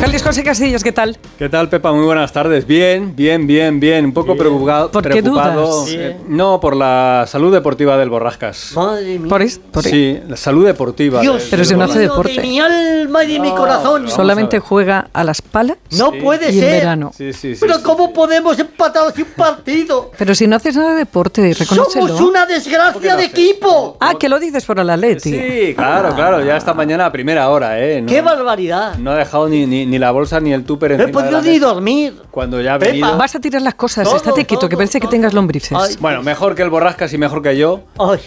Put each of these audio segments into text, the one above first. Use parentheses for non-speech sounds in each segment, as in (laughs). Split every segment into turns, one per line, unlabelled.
Félix José Casillas, ¿qué tal?
¿Qué tal, Pepa? Muy buenas tardes. Bien, bien, bien, bien. Un poco preocupado.
¿Por qué
preocupado,
dudas?
eh, no, por la salud deportiva del Borrascas.
Madre mía.
Por eso, por eso.
Sí, la salud deportiva.
Dios
del-
Pero si
del
no hace
Borrascas.
mío,
deporte.
de mi alma y de mi corazón.
pero-
Solamente
Vamos a ver.
juega a las palas
No puede
y en
ser.
verano.
Sí, sí, sí,
Pero
sí,
¿cómo
sí.
podemos empatar sin partido?
Pero si no haces nada de deporte, reconócelo.
Somos una desgracia de equipo.
Ah, que lo dices por el Atleti.
Sí, claro, claro. Ya esta mañana a primera hora, ¿eh? No,
¡Qué barbaridad!
no ha dejado ni, ni, ni la bolsa ni el tupper
No
encima
he
de
podido
la
ni
mesa.
dormir.
Cuando ya ha
Pepa.
venido...
Vas a tirar las cosas,
Todo,
estate quieto, que
todo,
pensé que
todo.
tengas lombrices.
Ay.
Bueno, mejor que el Borrascas y mejor que yo.
Ay,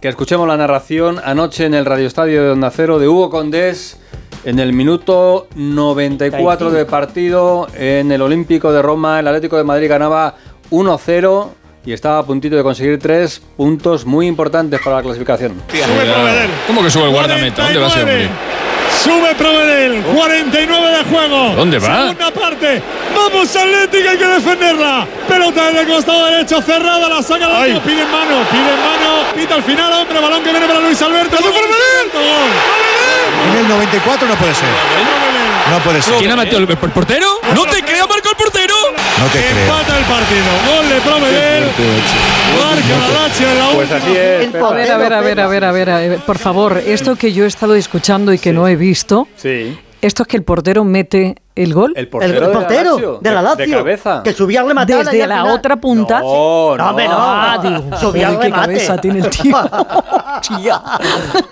Que escuchemos la narración anoche en el radioestadio de Onda Cero de Hugo Condés en el minuto 94 de partido en el Olímpico de Roma. El Atlético de Madrid ganaba 1-0 y estaba a puntito de conseguir tres puntos muy importantes para la clasificación.
Sube Provedel.
¿Cómo que sube el guardameta? ¿Dónde va ese hombre?
49. Sube Provedel. 49 de juego.
¿Dónde va?
Segunda parte. Vamos Atlético, hay que defenderla. Pelota en el costado derecho, cerrada, la saca la
Ay.
Pide en mano, pide en mano. Pita al final, hombre, balón que viene para Luis Alberto. ¡Gol, Alberto, gol!
En el 94 no puede ser. No puede ser.
¿Quién ha metido el, el portero? ¡No te creo, Marco, el portero!
No te creo.
Empata el partido. Gol de Provedel. Marca la Lazio en la
Pues
última.
así es.
el
Pepa.
A ver, a ver, a ver, a ver, a ver, a ver, por favor, esto que yo he estado escuchando y que no he visto,
Sí.
esto es que el portero mete el gol
El
El,
portero,
el portero
Lazio,
de la Lazio.
De cabeza.
Que subía al remate.
desde la otra punta.
No,
No,
no.
hombre, no.
Ah, digo,
subía al
joder, qué
remate.
cabeza tiene el
(laughs)
tío.
Chía.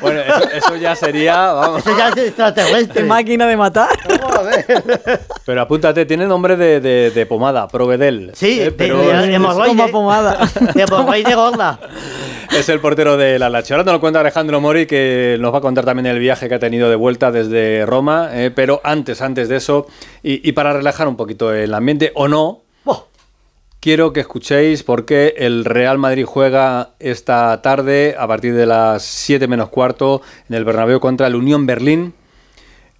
Bueno, eso, eso ya sería, vamos.
Eso ya es
Qué
extraterrestre.
máquina de matar.
A ver.
Pero apúntate, tiene nombre de, de- de pomada, Provedel.
Sí,
Eh,
de-
pero
de,
(laughs)
de hemorroide.
Toma pomada.
(laughs) De hemorroide gorda.
Es el portero de la Lazio. Ahora nos lo cuenta Alejandro Mori, que nos va a contar también el viaje que ha tenido de vuelta desde Roma. eh, pero antes, antes de eso, y, y para relajar un poquito el ambiente, o no,
Buah.
quiero que escuchéis porque el Real Madrid juega esta tarde a partir de las 7 menos cuarto en el Bernabéu contra el Unión Berlín,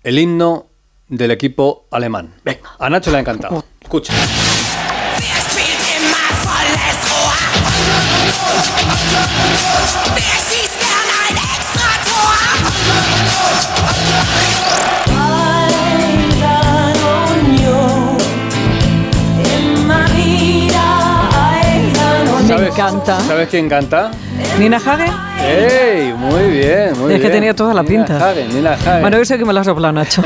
el himno del equipo alemán. A Nacho le ha encantado. Escucha.
Wer spielt immer volles Rohr? Wer schießt gern ein extra Tor?
Me encanta.
¿Sabes quién canta?
Nina Hagen.
¡Ey! Muy bien, muy bien.
Es que tenía toda la
Nina
pinta.
Hagen, Nina Hagen.
Bueno, yo sé que me lo has soplado,
(laughs)
Nacho.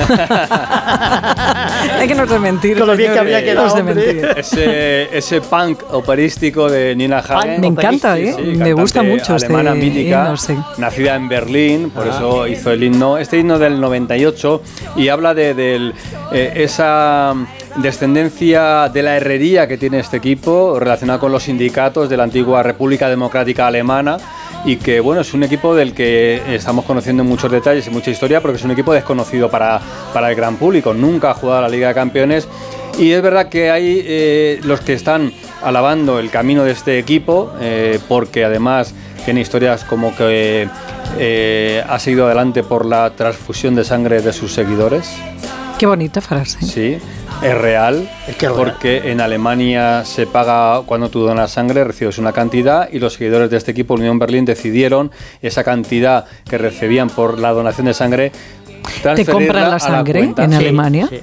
Hay que no desmentir.
Con lo bien que había
señores,
quedado,
no os
hombre.
desmentir.
ese, ese punk operístico de Nina Hagen.
Me encanta,
Sí,
¿eh?
Sí,
me
cantante
gusta mucho este
alemana mítica,
himno, sí. Ah.
nacida en Berlín, por eso hizo el himno. Este himno del 98 y habla de, del, eh, esa descendencia de la herrería que tiene este equipo relacionada con los sindicatos de la antigua República Democrática Alemana y que bueno es un equipo del que estamos conociendo muchos detalles y mucha historia porque es un equipo desconocido para, para el gran público nunca ha jugado a la Liga de Campeones y es verdad que hay eh, los que están alabando el camino de este equipo, eh, porque además tiene historias como que eh, ha seguido adelante por la transfusión de sangre de sus seguidores.
Qué bonita frase.
Sí, es real,
Es que es real.
porque en Alemania se paga cuando tú donas sangre, recibes una cantidad y los seguidores de este equipo, Unión Berlín, decidieron esa cantidad que recibían por la donación de sangre.
¿Te compran
transferirla
la
a
sangre
cuenta.
en
Sí,
Alemania?
sí.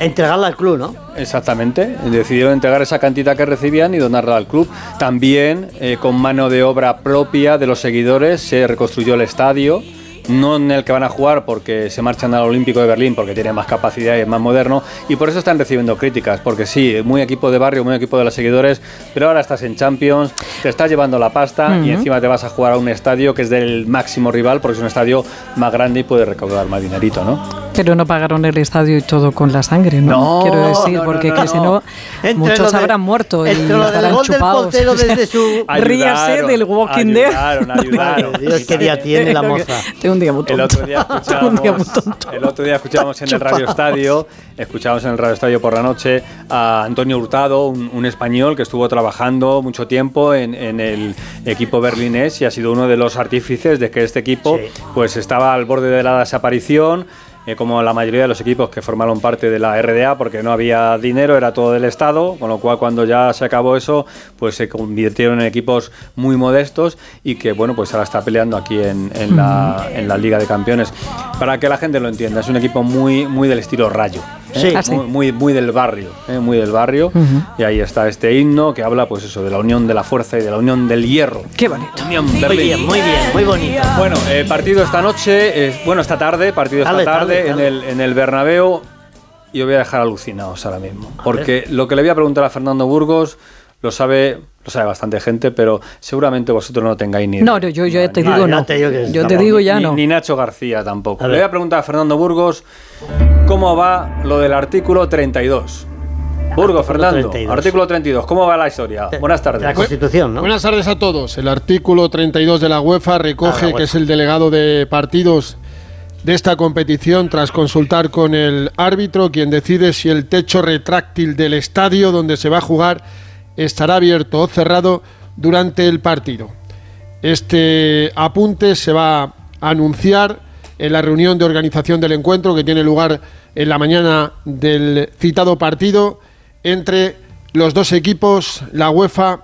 Entregarla al club, ¿no?
Exactamente, decidieron entregar esa cantidad que recibían y donarla al club. También eh, con mano de obra propia de los seguidores se reconstruyó el estadio, no en el que van a jugar porque se marchan al Olímpico de Berlín porque tiene más capacidad y es más moderno y por eso están recibiendo críticas, porque sí, muy equipo de barrio, muy equipo de los seguidores, pero ahora estás en Champions, te estás llevando la pasta y encima te vas a jugar a un estadio que es del máximo rival porque es un estadio más grande y puede recaudar más dinerito, ¿no?
Pero no pagaron el estadio y todo con la sangre, ¿no?
No,
Quiero decir,
no, no,
porque
no,
que
no.
si no,
Entre lo
muchos
de-
habrán muerto y
entre lo del
estarán
gol del
chupados. (laughs)
portero desde su-
Ríase del Walking Dead.
Ayudaron,
(laughs)
ayudaron.
Madre de Dios, qué día tiene la moza.
(laughs) Tengo un día muy
El
tonto.
otro día
un día muy
escuchábamos,
tonto.
el otro día escuchábamos en el Radio Estadio, escuchábamos en el Radio Estadio por la noche a Antonio Hurtado, un, un español que estuvo trabajando mucho tiempo en, en el equipo berlinés y ha sido uno de los artífices de que este equipo
Sí.
pues estaba al borde de la desaparición. eh, como la mayoría de los equipos que formaron parte de la RDA, porque no había dinero, era todo del Estado, con lo cual cuando ya se acabó eso, pues se convirtieron en equipos muy modestos y que, bueno, pues ahora está peleando aquí en, en la, en la Liga de Campeones. Para que la gente lo entienda, es un equipo muy, muy del estilo Rayo.
Sí.
Ah, sí.
Muy, muy, muy del barrio, ¿eh? muy del barrio. Y ahí está este himno que habla, pues eso, de la unión de la fuerza y de la unión del hierro.
Qué bonito.
Unión
Muy
Berlín.
bien, muy bien, muy bonito.
Bueno, eh, partido esta noche, eh, bueno, esta tarde, partido esta
Dale, dale,
tarde
dale.
En, el, en el Bernabéu. Yo voy a dejar alucinados ahora mismo. Porque lo que le voy a preguntar a Fernando Burgos lo sabe, lo sabe bastante gente, pero seguramente vosotros no tengáis ni idea.
No, no, yo, yo ya te
Ni-
digo
ya
no.
te digo que
Yo te
tampoco.
digo ya
ni-
no.
Ni Nacho García tampoco.
A
Le
ver.
voy a preguntar a Fernando Burgos cómo va lo del artículo 32. Burgos, Fernando,
32.
artículo 32, ¿cómo va la historia? Buenas
De La
tardes.
Constitución, ¿no?
Buenas tardes a todos. El artículo 32 de la UEFA recoge
Ah, la UEFA.
que es el delegado de partidos de esta competición tras consultar con el árbitro quien decide si el techo retráctil del estadio donde se va a jugar estará abierto o cerrado durante el partido. Este apunte se va a anunciar en la reunión de organización del encuentro que tiene lugar en la mañana del citado partido entre los dos equipos, la UEFA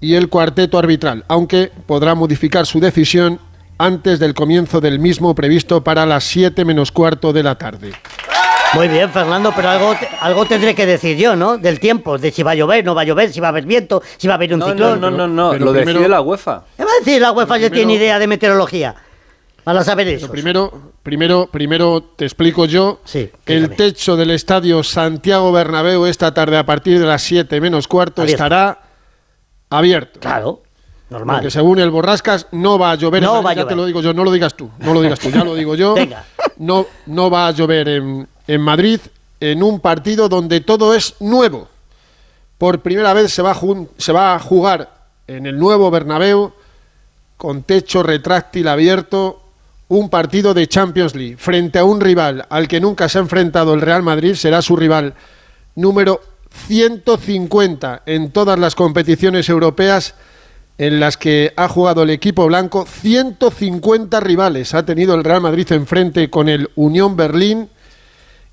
y el cuarteto arbitral, aunque podrá modificar su decisión antes del comienzo del mismo previsto para las 7 menos cuarto de la tarde.
Muy bien, Fernando, pero algo, te- algo tendré que decir yo, ¿no? Del tiempo, de si va a llover, no va a llover, si va a haber viento, si va a haber un
No, no,
ciclón.
no, no, no,
Pero
lo
primero-
decide la UEFA.
¿Qué va a decir la UEFA que
Pero
tiene
primero-
idea de meteorología? Van a saber eso.
Lo primero, primero, primero te explico yo.
Sí, dígame.
el techo del estadio Santiago Bernabéu esta tarde a partir de las 7 menos cuarto
Abierto.
estará abierto.
Claro, normal.
Porque según el Borrascas no va a llover. en
No
Madrid,
va a
ya
llover.
te lo digo yo, no lo digas tú, no lo digas tú, ya lo digo
(laughs)
yo.
Venga.
No, no va a llover en, en Madrid en un partido donde todo es nuevo. Por primera vez se va, a jun- se va a jugar en el nuevo Bernabéu con techo retráctil abierto un partido de Champions League frente a un rival al que nunca se ha enfrentado el Real Madrid será su rival número 150 en todas las competiciones europeas en las que ha jugado el equipo blanco 150 rivales ha tenido el Real Madrid enfrente con el Unión Berlín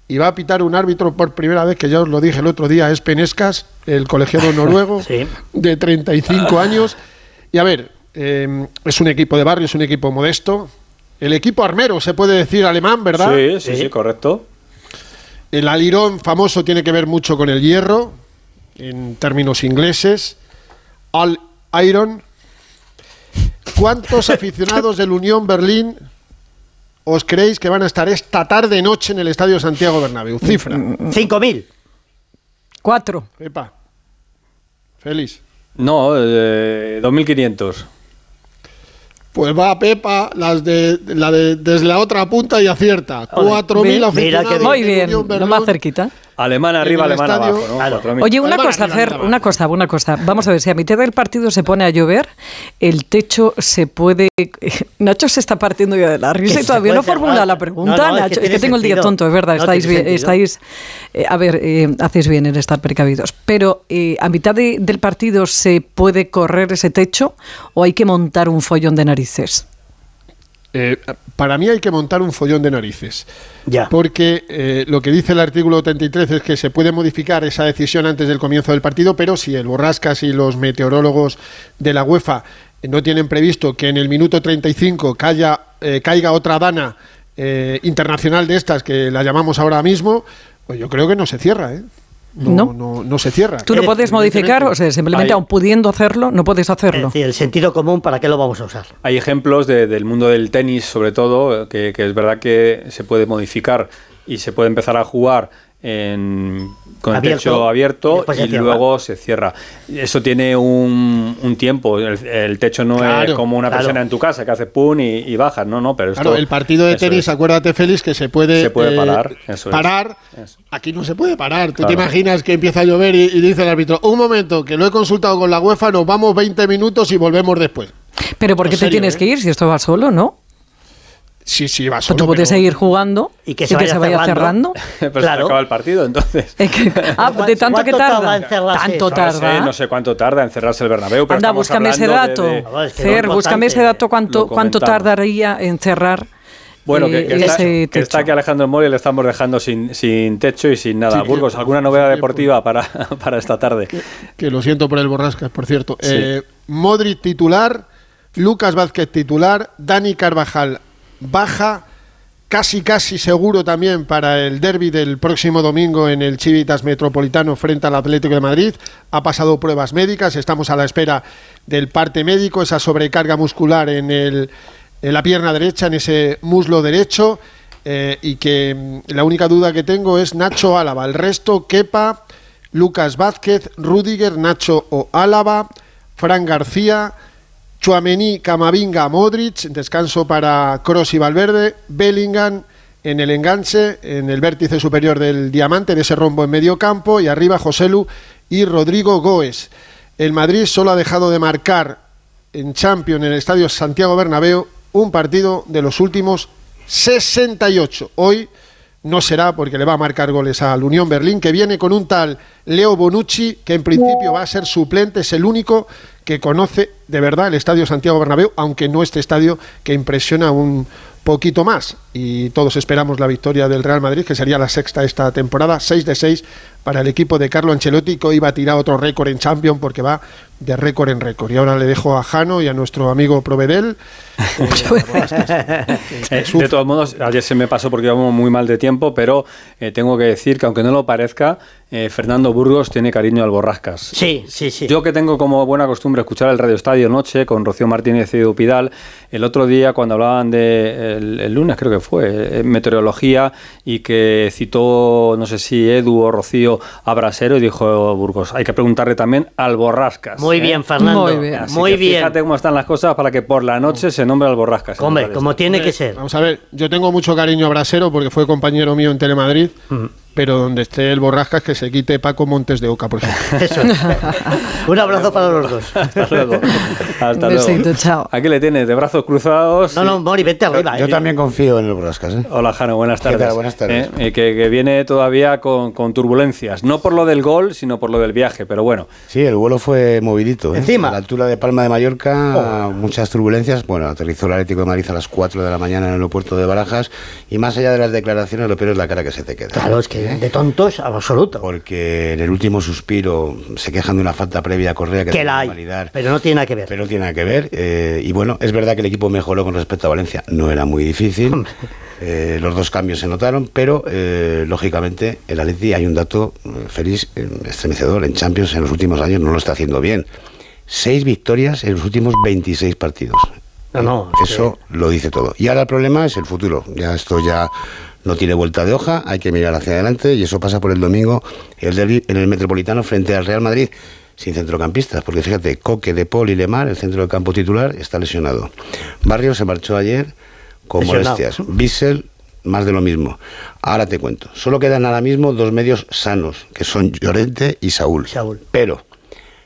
y va a pitar un árbitro por primera vez que ya os lo dije el otro día es Penescas el colegiado noruego
Sí.
de 35 años. Y a ver, eh, es un equipo de barrio, es un equipo modesto. El equipo armero, se puede decir alemán, ¿verdad?
Sí, sí, sí, correcto.
El alirón famoso tiene que ver mucho con el hierro, en términos ingleses. Al Iron. ¿Cuántos aficionados del Unión Berlín os creéis que van a estar esta tarde noche en el Estadio Santiago Bernabéu? Cifra.
5.000.
Cuatro.
Epa. Feliz.
No, eh, 2500.
Pues va Pepa, las de, la de, desde la otra punta y acierta.
Ole.
4.000
Mira
aficionados.
qué bien.
del
Muy bien,
Unión
lo
Berlín.
más cerquita.
Alemán
En
arriba,
el
alemán
estadio-
abajo, ¿no?
Claro.
4000.
Oye, una
Además,
cosa,
arriba,
Fer,
arriba.
una cosa, una cosa. Vamos a ver, si a mitad del partido se pone a llover, el techo se puede... (laughs) Nacho se está partiendo ya de la risa y
se
todavía
puede
no formula
cerrar.
la pregunta,
No, no, es
Nacho.
que
Es que
tiene
tengo el día
sentido.
tonto, es verdad,
No,
estáis
tiene
bien,
sentido.
estáis... eh, a ver, eh, hacéis bien en estar precavidos, pero eh, a mitad de- del partido se puede correr ese techo o hay que montar un follón de narices.
Eh, para mí hay que montar un follón de narices.
Ya.
Porque eh, lo que dice el artículo 33 es que se puede modificar esa decisión antes del comienzo del partido, pero si el Borrascas y los meteorólogos de la UEFA no tienen previsto que en el minuto 35 caiga, eh, caiga otra dana eh, internacional de estas que la llamamos ahora mismo, pues yo creo que no se cierra, ¿eh?
No.
No, no, no se cierra.
Eh,
Tú lo puedes modificar, o sea, simplemente
Ahí.
aun pudiendo hacerlo, no puedes
Es
hacerlo.
decir, el sentido común, ¿para qué lo vamos a usar?
Hay ejemplos de- del mundo del tenis, sobre todo, eh, que, que es verdad que se puede modificar y se puede empezar a jugar en- con
Abierto.
el techo
Y
abierto
después
y,
se cierra.
luego se cierra. Eso tiene un, un tiempo. El, el techo no es
Claro,
como una
claro.
persona en tu casa que hace pum y, y bajas. No, no, pero esto-
Claro, el partido de
eso
tenis,
es.
acuérdate, Félix, que se puede, eh,
Se puede parar, eso es.
parar.
Eso.
Aquí no se puede parar. Tú
Claro.
te imaginas que empieza a llover y, y dice el árbitro, un momento, que lo he consultado con la UEFA, nos vamos 20 minutos y volvemos después.
Pero ¿por
Pues
en
qué te
serio,
tienes
¿eh?
que ir si esto va solo, no?
Sí, sí, va
O sea,
solo.
tú puedes
pero-
seguir jugando
Y que se vaya cerrando.
cerrando.
(laughs) Pero se
Claro.
acaba el partido, entonces.
Es
(laughs)
(laughs)
que- ah, de tanto que
¿Cuánto tarda
tarda.
en cerrarse
Tanto
eso?
No sé,
tarda.
no sé cuánto tarda en cerrarse el Bernabéu, pero
Anda,
estamos
búscame ese dato.
hablando de- de-
Ah, es que
Fer,
lo
búscame
importante,
ese dato cuánto,
lo
cuánto
comentamos.
tardaría en cerrar
Bueno, que,
eh,
que está,
ese
que está
techo.
que Alejandro Mori le estamos dejando sin, sin techo y sin nada.
Sí, Eh,
Burgos,
que-
¿alguna novedad
que-
deportiva para, (laughs) para esta tarde?
Que lo siento por el Borrascas, por cierto.
Sí.
Eh, Modric titular, Lucas Vázquez titular, Dani Carvajal baja, casi casi seguro también para el derby del próximo domingo en el Chivitas Metropolitano frente al Atlético de Madrid. Ha pasado pruebas médicas, estamos a la espera del parte médico, esa sobrecarga muscular en, el, en la pierna derecha, en ese muslo derecho. eh, y que mm, la única duda que tengo es Nacho Álava. El resto, Kepa, Lucas Vázquez, Rudiger, Nacho o Álava, Fran García, Chuamení, Camavinga, Modric, descanso para Cross y Valverde, Bellingham en el enganche, en el vértice superior del diamante, en ese rombo en medio campo, y arriba Joselu y Rodrigo Goes. El Madrid solo ha dejado de marcar en Champions en el estadio Santiago Bernabéu un partido de los últimos 68. Hoy no será porque le va a marcar goles al Unión Berlín, que viene con un tal Leo Bonucci, que en principio va a ser suplente, es el único que conoce de verdad el Estadio Santiago Bernabéu, aunque no este estadio que impresiona un poquito más. Y todos esperamos la victoria del Real Madrid, que sería la sexta esta temporada, 6 de 6 para el equipo de Carlo Ancelotti, que hoy va a tirar otro récord en Champions porque va de récord en récord. Y ahora le dejo a Jano y a nuestro amigo Provedel.
Eh, de todos modos, ayer se me pasó porque íbamos muy mal de tiempo, pero eh, tengo que decir que aunque no lo parezca, eh, Fernando Burgos tiene cariño al Borrascas.
Sí, sí, sí.
Yo que tengo como buena costumbre escuchar el Radio Estadio Noche con Rocío Martínez y Edu Pidal, el otro día cuando hablaban de, el, el lunes creo que fue, eh, meteorología y que citó, no sé si Edu o Rocío a Brasero y dijo Burgos, hay que preguntarle también al Borrascas.
Muy
¿eh?
bien, Fernando.
Muy bien.
Así
Muy
que
bien.
Fíjate cómo están las cosas para que por la noche se nombre al Borrascas. en el
Hombre,
Radio
como tiene que ser.
Vamos a ver, yo tengo mucho cariño a Brasero porque fue compañero mío en Telemadrid, pero donde esté el Borrascas que se quite Paco Montes de Oca, por ejemplo.
(laughs)
Eso es. Un abrazo para los
(laughs)
dos.
Hasta luego. Hasta
Un besito,
luego.
chao.
Aquí le tienes, de brazos cruzados.
No, no, Mori, vete arriba.
Yo
eh.
también confío en el Brascas, ¿eh?
Hola, Jano, buenas
¿Qué tal?
tardes.
Buenas tardes.
Eh, eh, que, que viene todavía con, con turbulencias. No por lo del gol, sino por lo del viaje, pero bueno.
Sí, el vuelo fue movidito. ¿eh?
Encima. Oh.
A la altura de Palma de Mallorca, muchas turbulencias. Bueno, aterrizó el Atlético de Madrid a las 4 de la mañana en el aeropuerto de Barajas. Y más allá de las declaraciones, lo peor es la cara que se te queda. ¿Eh?
Claro, es que de tontos, absoluto.
Porque en el último suspiro se quejan de una falta previa a Correa que,
Que
debe
la hay.
validar.
Pero no tiene nada que ver.
Pero no tiene nada que ver. eh, y bueno, es verdad que el equipo mejoró con respecto a Valencia. No era muy difícil. eh, los dos cambios se notaron, pero eh, lógicamente el Atleti hay un dato eh, feliz, eh, estremecedor. En Champions en los últimos años no lo está haciendo bien. Seis victorias en los últimos 26 partidos.
No, no, es
Eso lo dice todo. Y ahora el problema es el futuro. Ya esto ya no tiene vuelta de hoja, hay que mirar hacia adelante y eso pasa por el domingo el derbi en el Metropolitano frente al Real Madrid sin centrocampistas, porque fíjate, Coque, De Paul y Lemar, el centro del campo titular, está lesionado. Barrio se marchó ayer con
Lesionado.
molestias. Bissell, más de lo mismo. Ahora te cuento. Solo quedan ahora mismo dos medios sanos, que son Llorente y Saúl.
Saúl.
Pero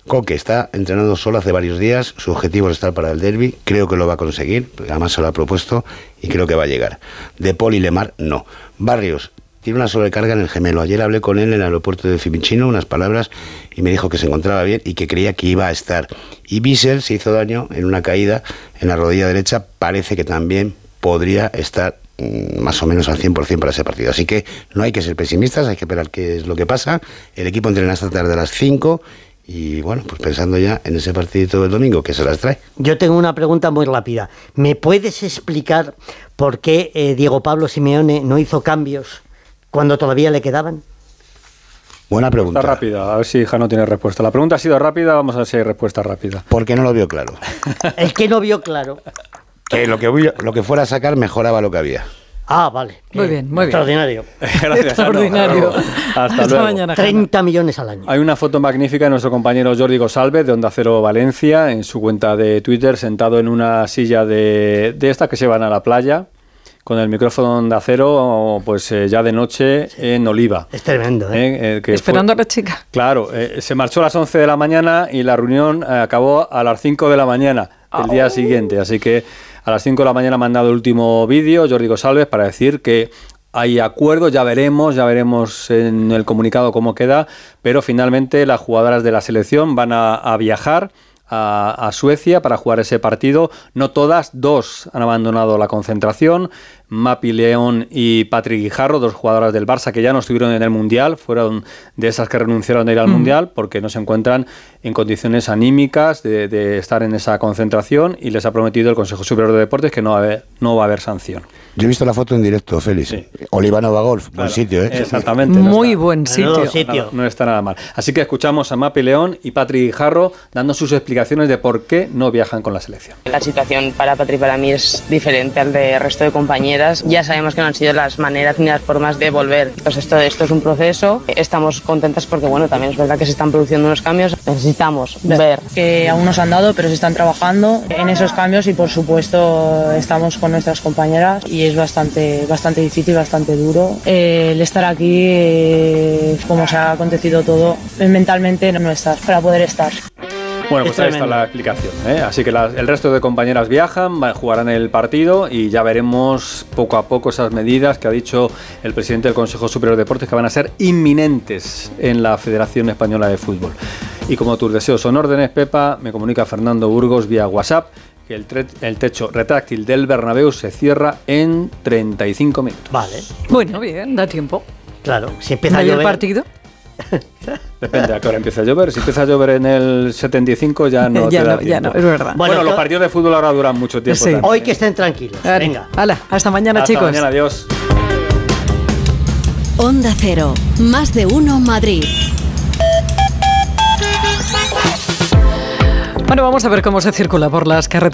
Coque está entrenando solo hace varios días, su objetivo es estar para el derby, creo que lo va a conseguir, además se lo ha propuesto y creo que va a llegar. De Paul y Lemar, no. Barrios, tiene una sobrecarga en el gemelo. Ayer hablé con él en el aeropuerto de Fiumicino, unas palabras, y me dijo que se encontraba bien y que creía que iba a estar. Y Bissell se hizo daño en una caída en la rodilla derecha, parece que también podría estar mm, más o menos al 100% para ese partido. Así que no hay que ser pesimistas, hay que esperar qué es lo que pasa. El equipo entrena esta tarde a las 5 y bueno, pues pensando ya en ese partidito del domingo que se las trae.
Yo tengo una pregunta muy rápida. ¿Me puedes explicar por qué eh, Diego Pablo Simeone no hizo cambios cuando todavía le quedaban?
Buena pregunta.
Está rápida, a ver si Jano tiene respuesta. La pregunta ha sido rápida, vamos a ver si hay respuesta rápida. (laughs)
Porque no lo vio claro.
Es que no vio claro.
(laughs) Que lo que, voy- lo que fuera a sacar mejoraba lo que había.
Ah, vale.
Muy bien, muy bien.
Extraordinario.
Gracias, Jano.
Extraordinario.
Hasta luego. Hasta luego.
mañana. Jaime.
30 millones al año.
Hay una foto magnífica de nuestro compañero Jordi Gosalves de Onda Cero Valencia en su cuenta de Twitter sentado en una silla de, de estas que se van a la playa con el micrófono de Onda Cero pues eh, ya de noche en Oliva.
Es tremendo, ¿eh?
Eh, eh, que fue-
Esperando a la chica.
Claro, eh, se marchó a las 11 de la mañana y la reunión eh, acabó a las 5 de la mañana el día siguiente. Así que a las 5 de la mañana ha mandado el último vídeo Jordi Gosalves para decir que hay acuerdo, ya veremos, ya veremos en el comunicado cómo queda, pero finalmente las jugadoras de la selección van a, a viajar. A, a Suecia para jugar ese partido. No todas, dos han abandonado la concentración. Mapi León y Patrick Guijarro, dos jugadoras del Barça que ya no estuvieron en el Mundial, fueron de esas que renunciaron a
Mm.
ir al Mundial porque no se encuentran en condiciones anímicas de, de estar en esa concentración y les ha prometido el Consejo Superior de Deportes que no va a haber, no va a haber sanción.
Yo he visto la foto en directo, Félix. Olivanova Golf, buen sitio, ¿eh?
Exactamente. no
Muy
está-
buen sitio.
Menudo sitio.
Nada, no está nada mal. Así que escuchamos a Mapi León y Patri Jarro dando sus explicaciones de por qué no viajan con la selección.
La situación para Patri y para mí es diferente al del resto de compañeras. Ya sabemos que no han sido las maneras ni las formas de volver. Pues esto, esto es un proceso. Estamos contentas porque, bueno, también es verdad que se están produciendo unos cambios. Necesitamos ver.
que aún no se han dado, pero se están trabajando en esos cambios y por supuesto estamos con nuestras compañeras y es bastante, bastante difícil, bastante duro. Eh, el estar aquí, eh, como se ha acontecido todo, eh, mentalmente no estás para poder estar.
Bueno,
Es
pues ahí está
tremendo.
la explicación. ¿eh? Así que las- el resto de compañeras viajan, va- jugarán el partido y ya veremos poco a poco esas medidas que ha dicho el presidente del Consejo Superior de Deportes que van a ser inminentes en la Federación Española de Fútbol. Y como tus deseos son órdenes, Pepa, me comunica Fernando Burgos vía WhatsApp que el, tre- el techo retráctil del Bernabéu se cierra en 35 minutos.
Vale,
Bueno, bien, da tiempo.
claro. Si empieza a
¿Medio
llover.
partido?
Depende a qué hora empieza a llover. Si empieza a llover en el 75 ya
(laughs)
no
ya
te da
no, ya no,
tiempo.
es verdad.
Bueno,
Bueno,
los
yo-
partidos de fútbol ahora duran mucho tiempo.
Sí.
también.
Hoy que estén tranquilos.
Vale.
Venga.
Hala, hasta mañana,
Hasta
chicos.
mañana, adiós.
Onda Cero, más de uno Madrid.
Bueno, vamos a ver cómo se circula por las carreteras.